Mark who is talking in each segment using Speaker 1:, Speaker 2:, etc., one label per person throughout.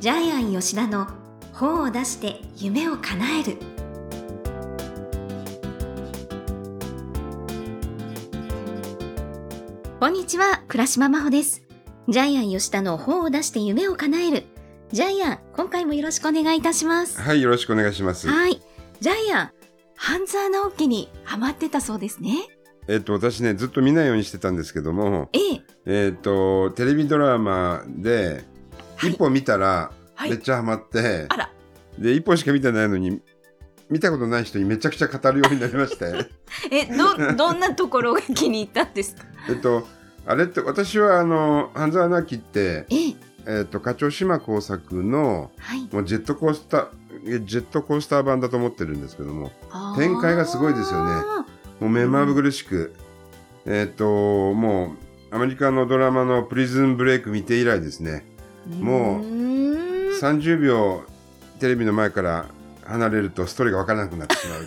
Speaker 1: ジャイアン吉田の本を出して夢を叶えるこんにちは倉島真帆ですジャイアン吉田の本を出して夢を叶えるジャイアン今回もよろしくお願いいたします
Speaker 2: はい、よろしくお願いします。
Speaker 1: はいジャイアン半沢直樹にハマってたそうですね
Speaker 2: えっと、私ね、ずっと見ないようにしてたんですけども、
Speaker 1: ええ
Speaker 2: えっと、テレビドラマで、
Speaker 1: はい
Speaker 2: 一本見たら、
Speaker 1: はい
Speaker 2: めっちゃハマって、
Speaker 1: あら
Speaker 2: で、一本しか見てないのに、見たことない人にめちゃくちゃ語るようになり まして、
Speaker 1: えどどんなところが気に入ったんですか
Speaker 2: えっと、あれって、私は、あの、半沢直樹って、
Speaker 1: ええ
Speaker 2: えっと、課長島耕作の、
Speaker 1: はい
Speaker 2: もうジェットコースター、えジェットコースター版だと思ってるんですけども、
Speaker 1: あー
Speaker 2: 展開がすごいですよねもう目まぐるしく、えっ、と、もう、アメリカのドラマのプリズンブレイク見て以来ですね、もう
Speaker 1: うーん
Speaker 2: 30秒テレビの前から離れるとストーリーがわからなくなってしま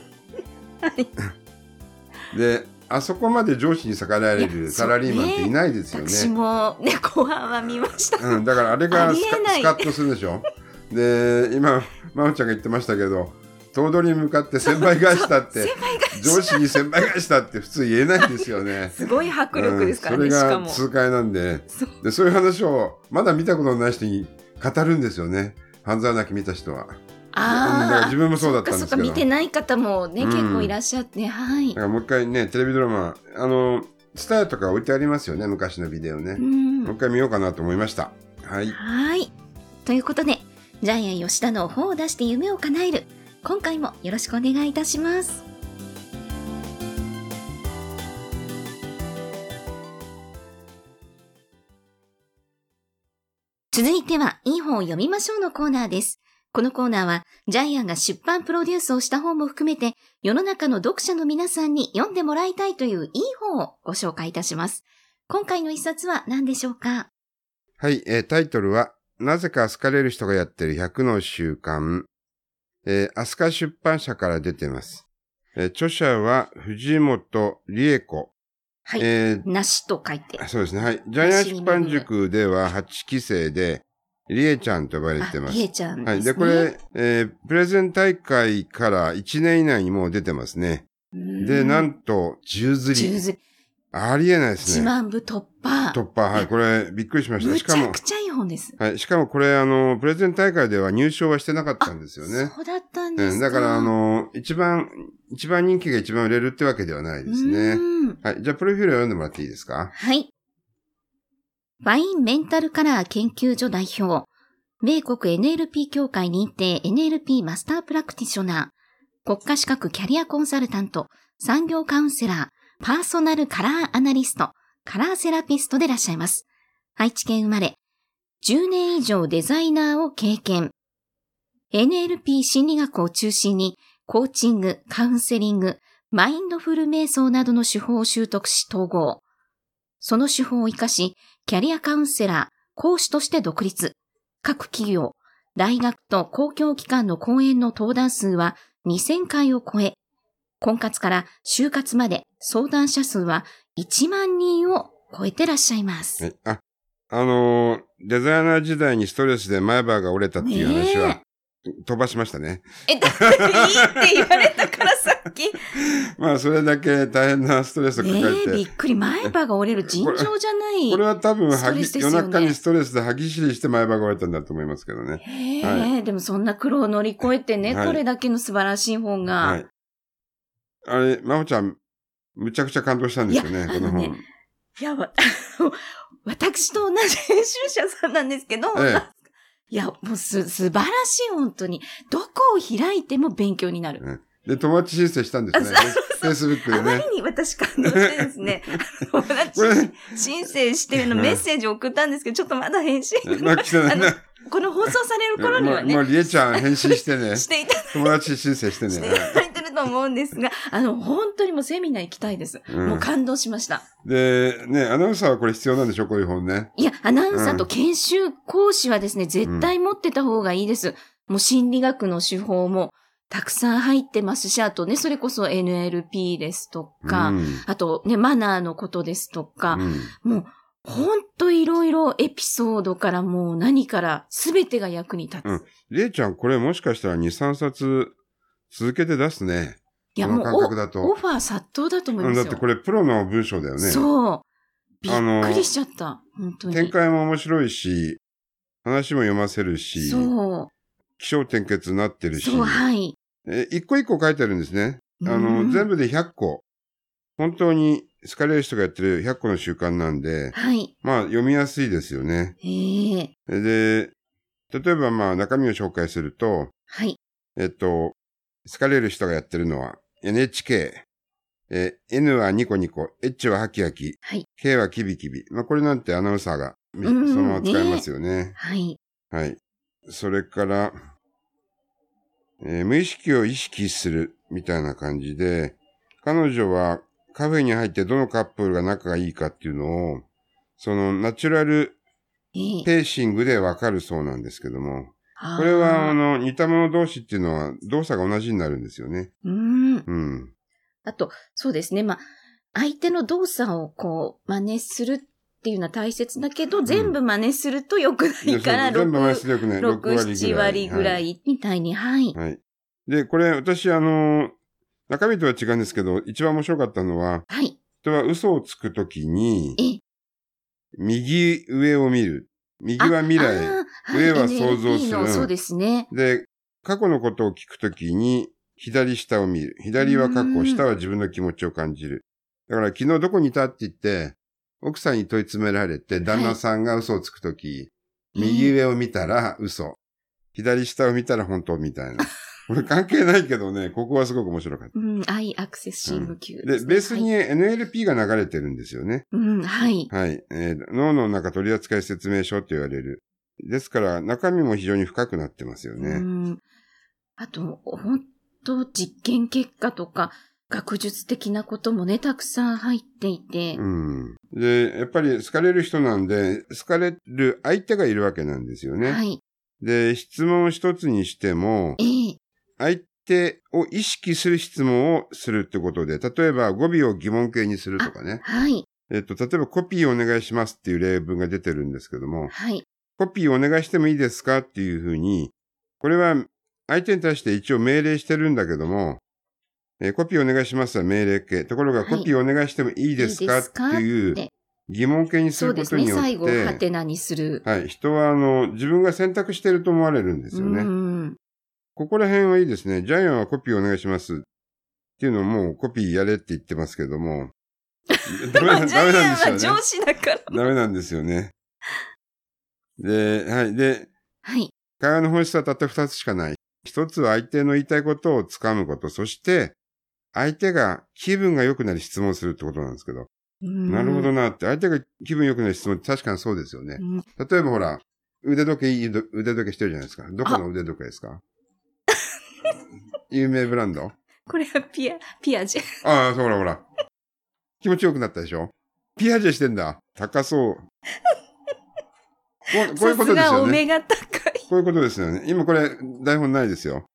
Speaker 2: う。で、あそこまで上司に逆らえ
Speaker 1: い
Speaker 2: る
Speaker 1: や
Speaker 2: サラリーマンっていないですよね。
Speaker 1: 私もね後半は見ました。
Speaker 2: うん、だからあれ
Speaker 1: あ
Speaker 2: が
Speaker 1: り
Speaker 2: スカ
Speaker 1: えない
Speaker 2: スカッとするでしょ。で、今、まおちゃんが言ってましたけど、頭取に向かって先輩返したって
Speaker 1: 先、輩が
Speaker 2: 上司に先輩返したって普通言えないですよね。
Speaker 1: すごい迫力ですからね、
Speaker 2: うん
Speaker 1: し
Speaker 2: そ
Speaker 1: か
Speaker 2: れが
Speaker 1: も。
Speaker 2: 痛快なんで
Speaker 1: そう
Speaker 2: でそういう話をまだ見たことのない人に語るんですよね半沢なき見た人はうんだから
Speaker 1: あ
Speaker 2: 自分もそうだっ
Speaker 1: あ、
Speaker 2: たんで
Speaker 1: そ
Speaker 2: す
Speaker 1: っ
Speaker 2: け
Speaker 1: か
Speaker 2: ど
Speaker 1: 見て
Speaker 2: だ
Speaker 1: ない方もね、
Speaker 2: うん
Speaker 1: 結構いらっしゃって、はい。
Speaker 2: からもう一回ねテレビドラマあのツタヤとか置いてありますよね昔のビデオね、
Speaker 1: う、
Speaker 2: もうん一回見ようかなと思いましたはい
Speaker 1: はい。ということで、ジャイアン吉田の本を出して夢を叶える。今回もよろしくお願いいたします。続いては、いい本を読みましょうのコーナーです。このコーナーは、ジャイアンが出版プロデュースをした本も含めて、世の中の読者の皆さんに読んでもらいたいといういい本をご紹介いたします。今回の一冊は何でしょうか
Speaker 2: はい、えータイトルは、なぜか好かれる人がやってる100の習慣、えー、アスカ出版社から出てます。えー著者は藤本理恵子。
Speaker 1: はい
Speaker 2: えー
Speaker 1: なしと書いて。
Speaker 2: そうですね。はい。ジャイアン出版塾では8期生で、りえちゃんと呼ばれてま
Speaker 1: あ、
Speaker 2: す。
Speaker 1: りえちゃんです、ね。
Speaker 2: はい。で、これ、えープレゼン大会から1年以内にもう出てますね。
Speaker 1: うん、
Speaker 2: で、なんと、10釣
Speaker 1: 10
Speaker 2: り。
Speaker 1: ず
Speaker 2: ありえないです
Speaker 1: 1
Speaker 2: ね。
Speaker 1: 万部突破。
Speaker 2: 突破。はい。これ、びっくりしました。
Speaker 1: む
Speaker 2: し
Speaker 1: ち
Speaker 2: か
Speaker 1: ゃ
Speaker 2: も
Speaker 1: く、ちゃいい本です。
Speaker 2: はい。しかもこれ、あの、プレゼン大会では入賞はしてなかったんですよね。
Speaker 1: そうだったんで
Speaker 2: う
Speaker 1: す
Speaker 2: ん。
Speaker 1: か。
Speaker 2: だから、あの、一番、一番人気が一番売れるってわけではないですね。
Speaker 1: うん
Speaker 2: はい。じゃあ、プロフィールを読んでもらっていいですか
Speaker 1: はい。ファインメンタルカラー研究所代表、米国 NLP 協会認定 NLP マスタープラクティショナー、国家資格キャリアコンサルタント、産業カウンセラー、パーソナルカラーアナリスト、カラーセラピストでいらっしゃいます。愛知県生まれ、10年以上デザイナーを経験。NLP 心理学を中心に、コーチング、カウンセリング、マインドフル瞑想などの手法を習得し統合。その手法を活かし、キャリアカウンセラー、講師として独立。各企業、大学と公共機関の講演の登壇数は2000回を超え、婚活から就活まで相談者数は1万人を超えてらっしゃいます。
Speaker 2: はい。あ、あのーデザイナー時代にストレスで前歯が折れたっていう話は
Speaker 1: ね、
Speaker 2: 飛ばしましたね。
Speaker 1: え、だっていいって言われたからさっき。
Speaker 2: まあ、それだけ大変なストレスを抱
Speaker 1: ねえ、
Speaker 2: え
Speaker 1: び
Speaker 2: て。
Speaker 1: っくり。前歯が折れる尋常じゃない。
Speaker 2: これは多分はぎ、
Speaker 1: ストレスですよ
Speaker 2: 夜
Speaker 1: ね
Speaker 2: 中にストレスで歯ぎしりして前歯が折れたんだと思いますけどね。
Speaker 1: へえ、
Speaker 2: は
Speaker 1: でもそんな苦労を乗り越えてね、
Speaker 2: はい
Speaker 1: これだけの素晴らしい本が。
Speaker 2: はい。あれ、まほちゃん、むちゃくちゃ感動したんですよ
Speaker 1: いや
Speaker 2: ね、この
Speaker 1: あの
Speaker 2: 本。
Speaker 1: いや、わ 私と同じ編集者さんなんですけど、
Speaker 2: え
Speaker 1: いや、もうす、素晴らしい、本当に。どこを開いても勉強になる。
Speaker 2: え。で、友達申請したんですね
Speaker 1: あそうそう。
Speaker 2: フェイスブック
Speaker 1: あ
Speaker 2: で
Speaker 1: まり
Speaker 2: ね。
Speaker 1: に私感動してです ね、友達
Speaker 2: これ、
Speaker 1: 申請してるのメッセージを送ったんですけど、ちょっとまだ返 信が、
Speaker 2: まあ、来てないな。
Speaker 1: この放送される頃に
Speaker 2: ま
Speaker 1: は
Speaker 2: あ、まあ、
Speaker 1: ね、
Speaker 2: りえちゃん返信してね。
Speaker 1: していた
Speaker 2: 友達申請してね。
Speaker 1: してい
Speaker 2: はい
Speaker 1: ただいてると思うんですが、あの、本当にもうセミナー行きたいです。
Speaker 2: うん
Speaker 1: もう感動しました。
Speaker 2: で、ね、アナウンサーはこれ必要なんでしょこういう本ね。
Speaker 1: いや、アナウンサーと研修講師はですね、絶対持ってた方がいいです。もう心理学の手法もたくさん入ってますし、あとね、それこそ NLP ですとか、
Speaker 2: うん
Speaker 1: あとね、マナーのことですとか、
Speaker 2: うん
Speaker 1: もうほんといろいろエピソードからもう何から全てが役に立つ。
Speaker 2: うんれいちゃん、これもしかしたら2、3冊続けて出すね。
Speaker 1: いや
Speaker 2: こ
Speaker 1: も
Speaker 2: の感覚
Speaker 1: う
Speaker 2: だ
Speaker 1: おオ
Speaker 2: と。
Speaker 1: ファー殺到だと思い
Speaker 2: うん
Speaker 1: ます
Speaker 2: だ
Speaker 1: よ。
Speaker 2: ってこれプロの文章だよね。
Speaker 1: そう。び
Speaker 2: あの
Speaker 1: っくりしちゃった。本当に。
Speaker 2: 展開も面白いし、話も読ませるし、
Speaker 1: そ
Speaker 2: 気象転結になって
Speaker 1: う。
Speaker 2: るし、
Speaker 1: そう、はい。
Speaker 2: え一個一個書いてあるんですね。あの、全
Speaker 1: 部。
Speaker 2: 部で100個。本当に好かれる人がやってる100個の習慣なんで、
Speaker 1: はい。
Speaker 2: まあ読みやすいですよね。
Speaker 1: ええ
Speaker 2: で、例えばまあ中身を紹介すると、
Speaker 1: はい。
Speaker 2: えっと、好かれる人がやってるのは NHK、え N はニコニコ、H はハキハキ、
Speaker 1: はい。
Speaker 2: K はキビキビ。まあこれなんてアナウンサーがその
Speaker 1: ん
Speaker 2: まま使えますよね。
Speaker 1: はい。
Speaker 2: はい。それから、えー無意識を意識するみたいな感じで、彼女はカフェに入ってどのカップルが仲がいいかっていうのを、そのナチュラル
Speaker 1: ええ
Speaker 2: ペーシングでわかるそうなんですけども、
Speaker 1: あー
Speaker 2: これはあの似た者同士っていうのは動作が同じになるんですよね。
Speaker 1: うん。
Speaker 2: うん。
Speaker 1: あと、そうですね。まあ、相手の動作をこう、真似するっていうのは大切だけど、全部真似すると良くないから、
Speaker 2: でそう全部枚
Speaker 1: 6、
Speaker 2: 数よくね、
Speaker 1: 6 7割ぐら
Speaker 2: い
Speaker 1: いみたいに、はい。
Speaker 2: はい。はい。で、これ私あの、中身とは違うんですけど、一番面白かったのは、
Speaker 1: はい。
Speaker 2: 人は嘘をつくときに、
Speaker 1: ええ、
Speaker 2: 右上を見る。右は未来。
Speaker 1: あーい
Speaker 2: 上は想像する
Speaker 1: NLP のそうですね。
Speaker 2: で、過去のことを聞くときに、左下を見る。左は過
Speaker 1: う
Speaker 2: 去、
Speaker 1: ん
Speaker 2: 下は自分の気持ちを感じる。だから昨日どこにいたって言って、奥さんに問い詰められて、旦那さんが嘘をつくとき、
Speaker 1: うん
Speaker 2: 右上を見たら嘘。左下を見たら本当みた いな。これ関係ないけどね、ここはすごく面白かっ
Speaker 1: うん、アイアクセシング級
Speaker 2: た。で、
Speaker 1: すね
Speaker 2: ベースに
Speaker 1: はい
Speaker 2: NLP が流れてるんですよね。
Speaker 1: うん、はい。
Speaker 2: はい。えー脳の中取扱説明書と言われる。ですから、中身も非常に深くなってますよ
Speaker 1: う
Speaker 2: ね。
Speaker 1: ん。あと、本当実験結果とか、学術的なこともね、たくさん入っていて
Speaker 2: う。ん。で、やっぱり好かれる人なんで、好かれる相手がいるわけなんですよね。
Speaker 1: はい。
Speaker 2: で、質問を一つにしても、
Speaker 1: ええ
Speaker 2: 相手を意識する質問をするってことで、例えば語尾を疑問形にするとかね。
Speaker 1: はい。
Speaker 2: えっと、例えばコピーお願いしますっていう例文が出てるんですけども、
Speaker 1: はい。
Speaker 2: コピーお願いしてもいいですかっていうふうに、これは相手に対して一応命令してるんだけども、えーコピーお願いしますは命令形。ところが、
Speaker 1: はい
Speaker 2: コピーお願いしてもいいですか
Speaker 1: いいで
Speaker 2: っ
Speaker 1: す
Speaker 2: て
Speaker 1: か
Speaker 2: いう
Speaker 1: って
Speaker 2: 疑問形にす
Speaker 1: そう
Speaker 2: る
Speaker 1: で
Speaker 2: こ
Speaker 1: す
Speaker 2: と
Speaker 1: ね。
Speaker 2: によっ
Speaker 1: 最後をハ
Speaker 2: て、
Speaker 1: テナにする。
Speaker 2: はい、人はあの自分が選択してると思われるんですよね。
Speaker 1: うん。
Speaker 2: ここら辺はいいですね。ジャイアンはコピーお願いしますっていうのももうコピーやれって言ってますけども、ダ メ
Speaker 1: ま
Speaker 2: な
Speaker 1: あ、
Speaker 2: ん
Speaker 1: ジャイアン
Speaker 2: ダメなん
Speaker 1: は
Speaker 2: です
Speaker 1: 上司
Speaker 2: よね。
Speaker 1: だから。
Speaker 2: ダメなんですよね。で、はい。で、
Speaker 1: はい。
Speaker 2: 会話の本質はたった二つしかない。一つは相手の言いたいことをつかむこと。そして、相手が気分が良くなり質問するってことなんですけど。
Speaker 1: な
Speaker 2: なるほどなって。相手が気分良くなる質問って確かにそうですよね。
Speaker 1: うん
Speaker 2: 例えばほら、腕時計いい、腕時計してるじゃないですか。どこの腕時計で すか有名ブランド
Speaker 1: これはピア、ピアジェ。
Speaker 2: ああ、そうほらほら。気持ちよくなったでしょピアジェしてんだ。高そう。こうこういう
Speaker 1: さす
Speaker 2: ことです
Speaker 1: が
Speaker 2: よ
Speaker 1: お
Speaker 2: ね。
Speaker 1: 目が高い。
Speaker 2: こういうことですよね。今これ、台本ないですよ。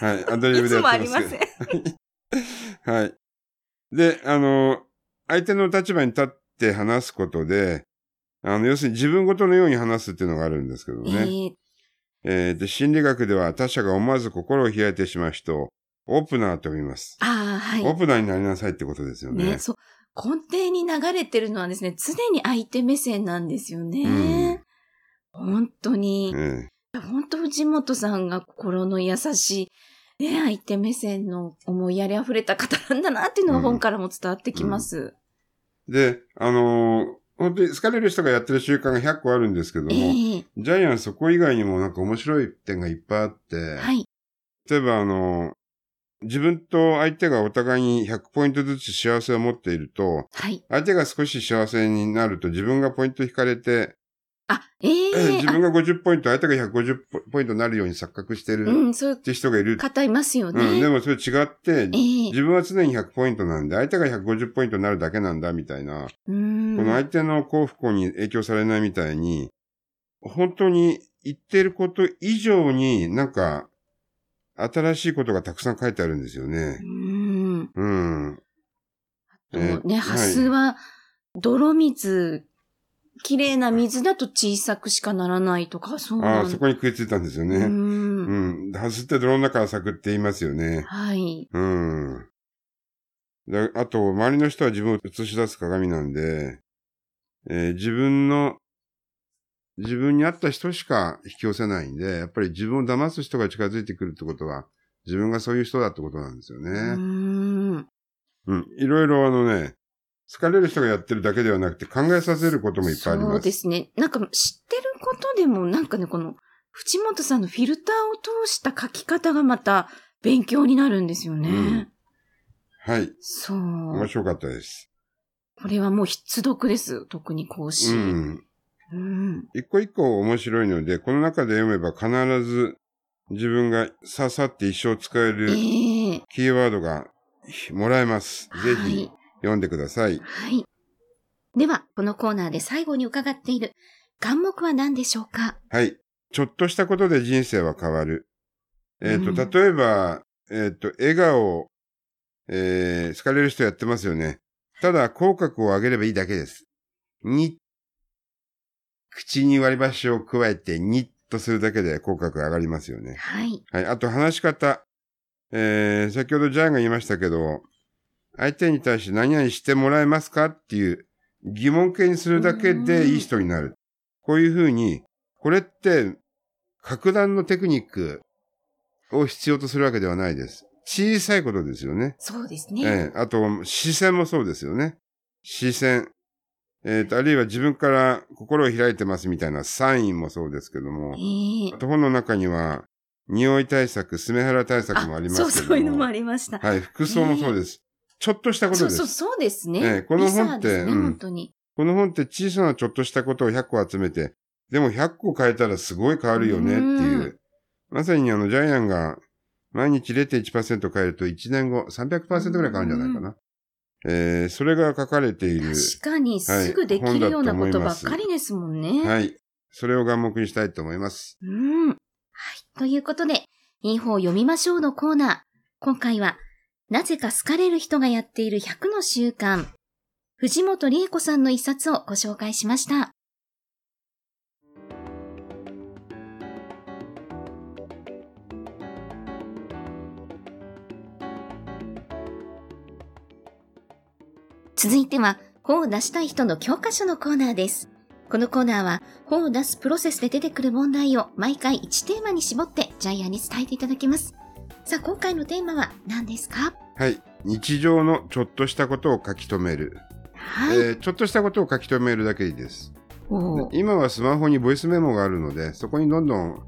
Speaker 2: はい。アドリ
Speaker 1: い
Speaker 2: ブで
Speaker 1: つ
Speaker 2: や
Speaker 1: もあ
Speaker 2: って
Speaker 1: り
Speaker 2: ま
Speaker 1: ますせ
Speaker 2: け
Speaker 1: ん。
Speaker 2: ど。 はい。で、あの、相手の立場に立って話すことで、あの、要するに自分ごとのように話すっていうのがあるんですけどね。
Speaker 1: ええ
Speaker 2: えーで、心理学では他者が思わず心を開いてしまう人を、オープナーと言います。
Speaker 1: ああ、はい。
Speaker 2: オープナーになりなさいってことですよね
Speaker 1: ね、。そう。根底に流れてるのはですね、常に相手目線なんですよね。
Speaker 2: うん
Speaker 1: 本当に。
Speaker 2: え
Speaker 1: 本当藤本さんが心の優しい、ね、相手目線の思いやり溢れた方なんだなっていうのが
Speaker 2: うん
Speaker 1: 本からも伝わってきます。
Speaker 2: えで、あのー本当に好かれる人がやってる習慣が100個あるんですけども、
Speaker 1: ええ
Speaker 2: ジャイアンそこ以外にもなんか面白い点がいっぱいあって、
Speaker 1: はい。
Speaker 2: 例えばあの、自分と相手がお互いに100ポイントずつ幸せを持っていると、
Speaker 1: はい。
Speaker 2: 相手が少し幸せになると自分がポイント引かれて、
Speaker 1: あ、ええ
Speaker 2: 自分が50ポイント、相手が150ポイントになるように錯覚して
Speaker 1: あ
Speaker 2: る
Speaker 1: う
Speaker 2: っ
Speaker 1: ん、そういう
Speaker 2: て人がいる。
Speaker 1: 方いますよね。
Speaker 2: うん、でもそれ違っ
Speaker 1: え
Speaker 2: て、
Speaker 1: え
Speaker 2: 自分は常に100ポイントなんで、相手が150ポイントになるだけなんだみたいな、
Speaker 1: うん。
Speaker 2: この相手の幸不幸に影響されないみたいに、本当に言ってること以上になんか、新しいことがたくさん書いてあるんですよね
Speaker 1: う。ん。
Speaker 2: うん。
Speaker 1: もう
Speaker 2: え
Speaker 1: ね、
Speaker 2: ー
Speaker 1: ハスは、泥水綺麗な水だと小さくしかならないとか、そう
Speaker 2: あ
Speaker 1: な
Speaker 2: あ、
Speaker 1: ん
Speaker 2: そ
Speaker 1: だ。
Speaker 2: こに食いついたんですよ
Speaker 1: う。
Speaker 2: ね。うんん。ハスって泥の中を咲くって言いますよね。
Speaker 1: はい。
Speaker 2: うん。だあと、周りの人は自分を映し出す鏡なんで、えー自分の、自分に合った人しか引き寄せないんで、やっぱり自分を騙す人が近づいてくるってことは、自分がそういう人だってことなんですよね。
Speaker 1: うん。
Speaker 2: うん。いろいろあのね、疲れる人がやってるだけではなくて考えさせることもいっぱいあります。
Speaker 1: そうですね。なんか知ってることでも、なんかね、この、淵本さんのフィルターを通した書き方がまた勉強になるんですよね。
Speaker 2: うんはい。
Speaker 1: そう。
Speaker 2: 面白かったです。
Speaker 1: これはもう必読です。特に講師。
Speaker 2: う
Speaker 1: うん。
Speaker 2: ん。一個一個面白いので、この中で読めば必ず自分が刺さって一生使える
Speaker 1: ええ
Speaker 2: キーワードがもらえます。ぜ
Speaker 1: は
Speaker 2: ひ
Speaker 1: い
Speaker 2: 読んでください。
Speaker 1: はい。では、このコーナーで最後に伺っている、願目は何でしょうか
Speaker 2: はい。ちょっとしたことで人生は変わる。えっ、
Speaker 1: う
Speaker 2: と、
Speaker 1: ん
Speaker 2: 例えば、えっ、と、笑顔、えー、好かれる人やってますよね。ただ、口角を上げればいいだけです。に、口に割り箸を加えて、にっとするだけで口角が上がりますよね。
Speaker 1: はい。
Speaker 2: はい。あと話し方。えー、先ほどジャイアンが言いましたけど、相手に対して何々してもらえますかっていう疑問形にするだけでいい人になる。こういうふうに、これって、格段のテクニックを必要とするわけではないです。小さいことですよね。
Speaker 1: そうですね。
Speaker 2: ええあと、視線もそうですよね。視線。えっ、と、あるいは自分から心を開いてますみたいなサインもそうですけども。
Speaker 1: ええ
Speaker 2: あと本の中には、匂い対策、スメハラ対策もありますけ
Speaker 1: そ
Speaker 2: ど
Speaker 1: う、そういうのもありました。
Speaker 2: はい、服装もそうです。ちょっとしたこと
Speaker 1: そう
Speaker 2: です。
Speaker 1: そう、そうです
Speaker 2: え
Speaker 1: ね。
Speaker 2: えこの本って
Speaker 1: リサですね、
Speaker 2: うん
Speaker 1: 本当に。
Speaker 2: この本って小さなちょっとしたことを100個集めて、でも100個変えたらすごい変わるよねっていうう。まさにあの、ジャイアンが毎日0.1%変えると1年後300%ぐらい変わるんじゃないかな。えー、それが書かれている。
Speaker 1: 確かに、すぐできるようなことばっかりですもんね。
Speaker 2: はい。それを眼目にしたいと思います。
Speaker 1: うん。はい。ということで、いい方を読みましょうのコーナー。今回は、なぜか好かれる人がやっている100の習慣。藤本理恵子さんの一冊をご紹介しました。続いては、本を出したい人の教科書のコーナーです。このコーナーは本を出すプロセスで出てくる問題を毎回1テーマに絞ってジャイアンに伝えていただきます。さあ、今回のテーマは何ですか
Speaker 2: はい。日常のちょっとしたことを書き留める。
Speaker 1: はい。
Speaker 2: えーちょっとしたことを書き留めるだけでいいです。
Speaker 1: おー
Speaker 2: 今はスマホにボイスメモがあるので、そこにどんどん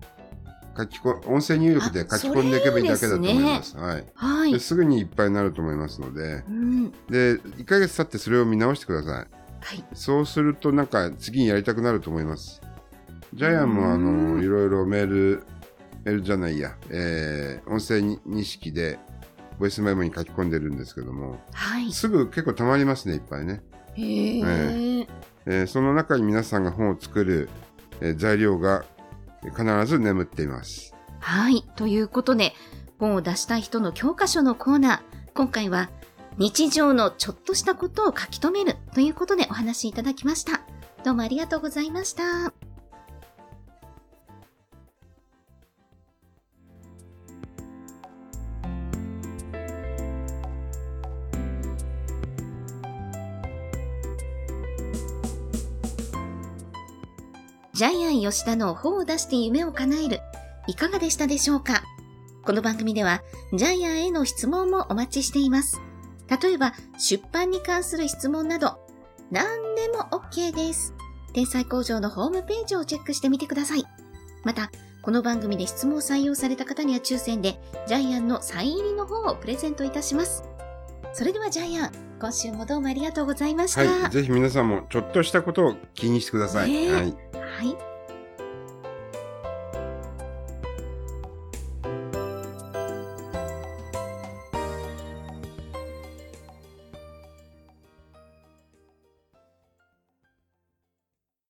Speaker 2: 書きこ音声入力で書き込んでいけばいいだけだと思います。はい
Speaker 1: は
Speaker 2: で
Speaker 1: い。
Speaker 2: すぐにいっぱいになると思いますので、
Speaker 1: うん。
Speaker 2: で、1ヶ月経ってそれを見直してください。
Speaker 1: はい。
Speaker 2: そうするとなんか次にやりたくなると思います。ジャイアンもあ
Speaker 1: う
Speaker 2: の、
Speaker 1: ん
Speaker 2: いろいろメール、メールじゃないや、えー音声に認識で、ボイスメモに書き込んでるんですけども、
Speaker 1: はい。
Speaker 2: すぐ結構溜まりますね、いっぱいね。
Speaker 1: へえ。
Speaker 2: えーその中に皆さんが本を作る、えー材料がえー必ず眠っています。
Speaker 1: はい。ということで、本を出したい人の教科書のコーナー。今回は、日常のちょっとしたことを書き留めるということでお話しいただきました。どうもありがとうございました。ジャイアン吉田の本を出して夢を叶える、いかがでしたでしょうかこの番組では、ジャイアンへの質問もお待ちしています。例えば、出版に関する質問など、何でも OK です。天才工場のホームページをチェックしてみてください。また、この番組で質問を採用された方には抽選で、ジャイアンのサイン入りの本をプレゼントいたします。それではジャイアン、今週もどうもありがとうございました。
Speaker 2: はい。ぜひ皆さんもちょっとしたことを気にしてください。
Speaker 1: ねえ
Speaker 2: はい。
Speaker 1: はい。